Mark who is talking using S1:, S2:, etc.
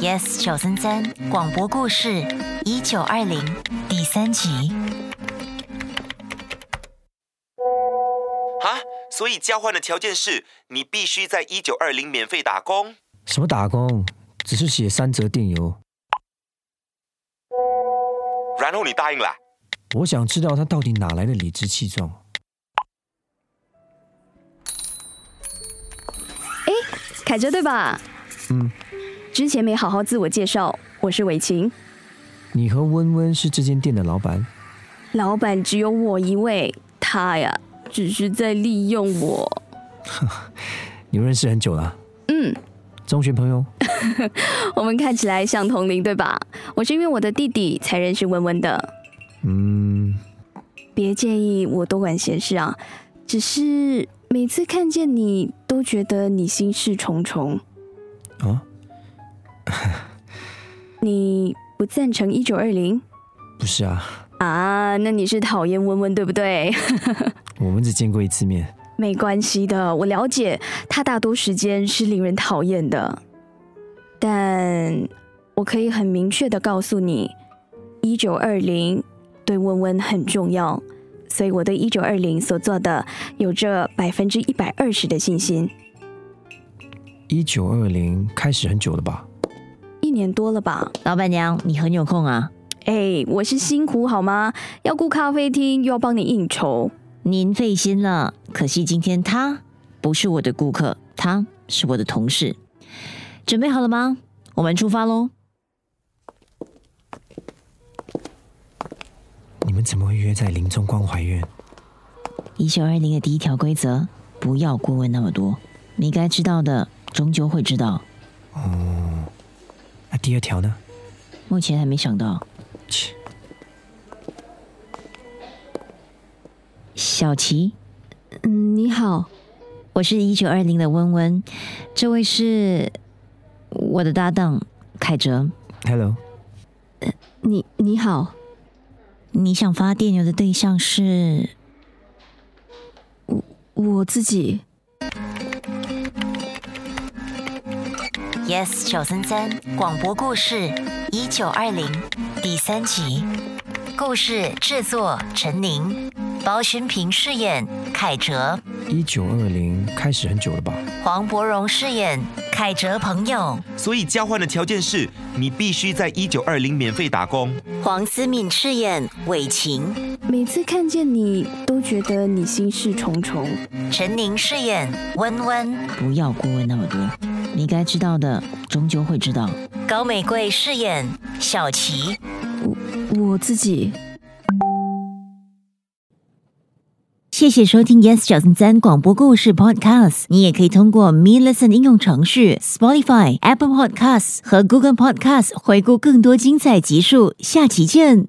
S1: Yes 九三三广播故事一九二零第三集。
S2: 啊，所以交换的条件是你必须在一九二零免费打工。
S3: 什么打工？只是写三折电邮。
S2: 然后你答应了，
S3: 我想知道他到底哪来的理直气壮。
S4: 凯哲对吧？
S3: 嗯，
S4: 之前没好好自我介绍，我是伟晴，
S3: 你和温温是这间店的老板，
S4: 老板只有我一位，他呀只是在利用我。
S3: 你们认识很久了啊？
S4: 嗯，
S3: 中学朋友？
S4: 我们看起来像同龄对吧？我是因为我的弟弟才认识温温的，
S3: 嗯，
S4: 别介意我多管闲事啊，只是每次看见你都觉得你心事重重，
S3: 啊，
S4: 你不赞成一九二零
S3: 不是啊，
S4: 啊？那你是讨厌温温对不对？
S3: 我们只见过一次面。
S4: 没关系的，我了解他大多时间是令人讨厌的，但我可以很明确的告诉你，一九二零对温温很重要，所以我对一九二零所做的有着百分之一百二十的信心。
S3: 一九二零开始很久了吧？
S4: 一年多了吧？
S1: 老板娘，你很有空啊？
S4: 哎，我是辛苦好吗？要顾咖啡厅，又要帮你应酬，
S1: 您费心了，可惜今天他不是我的顾客，他是我的同事。准备好了吗？我们出发喽！
S3: 你们怎么会约在临终关怀院？
S1: 一九二零的第一条规则，不要过问那么多。你该知道的，终究会知道。
S3: 啊那第二条呢？
S1: 目前还没想到。
S3: 切，
S1: 小琪，
S4: 嗯，你好，
S1: 我是一九二零的温温，这位是我的搭档凯哲。
S3: Hello，
S4: 你你好，
S1: 你想发电邮的对象是
S4: 我自己
S1: Yes 九三三广播故事一九二零第三集，故事制作陈宁，包勋平饰演凯哲，
S3: 一九二零开始很久了吧？
S1: 黄柏荣饰演凯哲朋友，
S2: 所以交换的条件是你必须在一九二零免费打工。
S1: 黄思敏饰演伟晴，
S4: 每次看见你都觉得你心事重重。
S1: 陈宁饰演温温。不要过问那么多，你该知道的终究会知道。高玫瑰饰演小琪，
S4: 我自己
S1: 谢谢收听 Yes 小三三广播故事 Podcast。你也可以通过 Me Listen 应用程序、Spotify、Apple Podcasts 和 Google Podcasts 回顾更多精彩集数。下期见。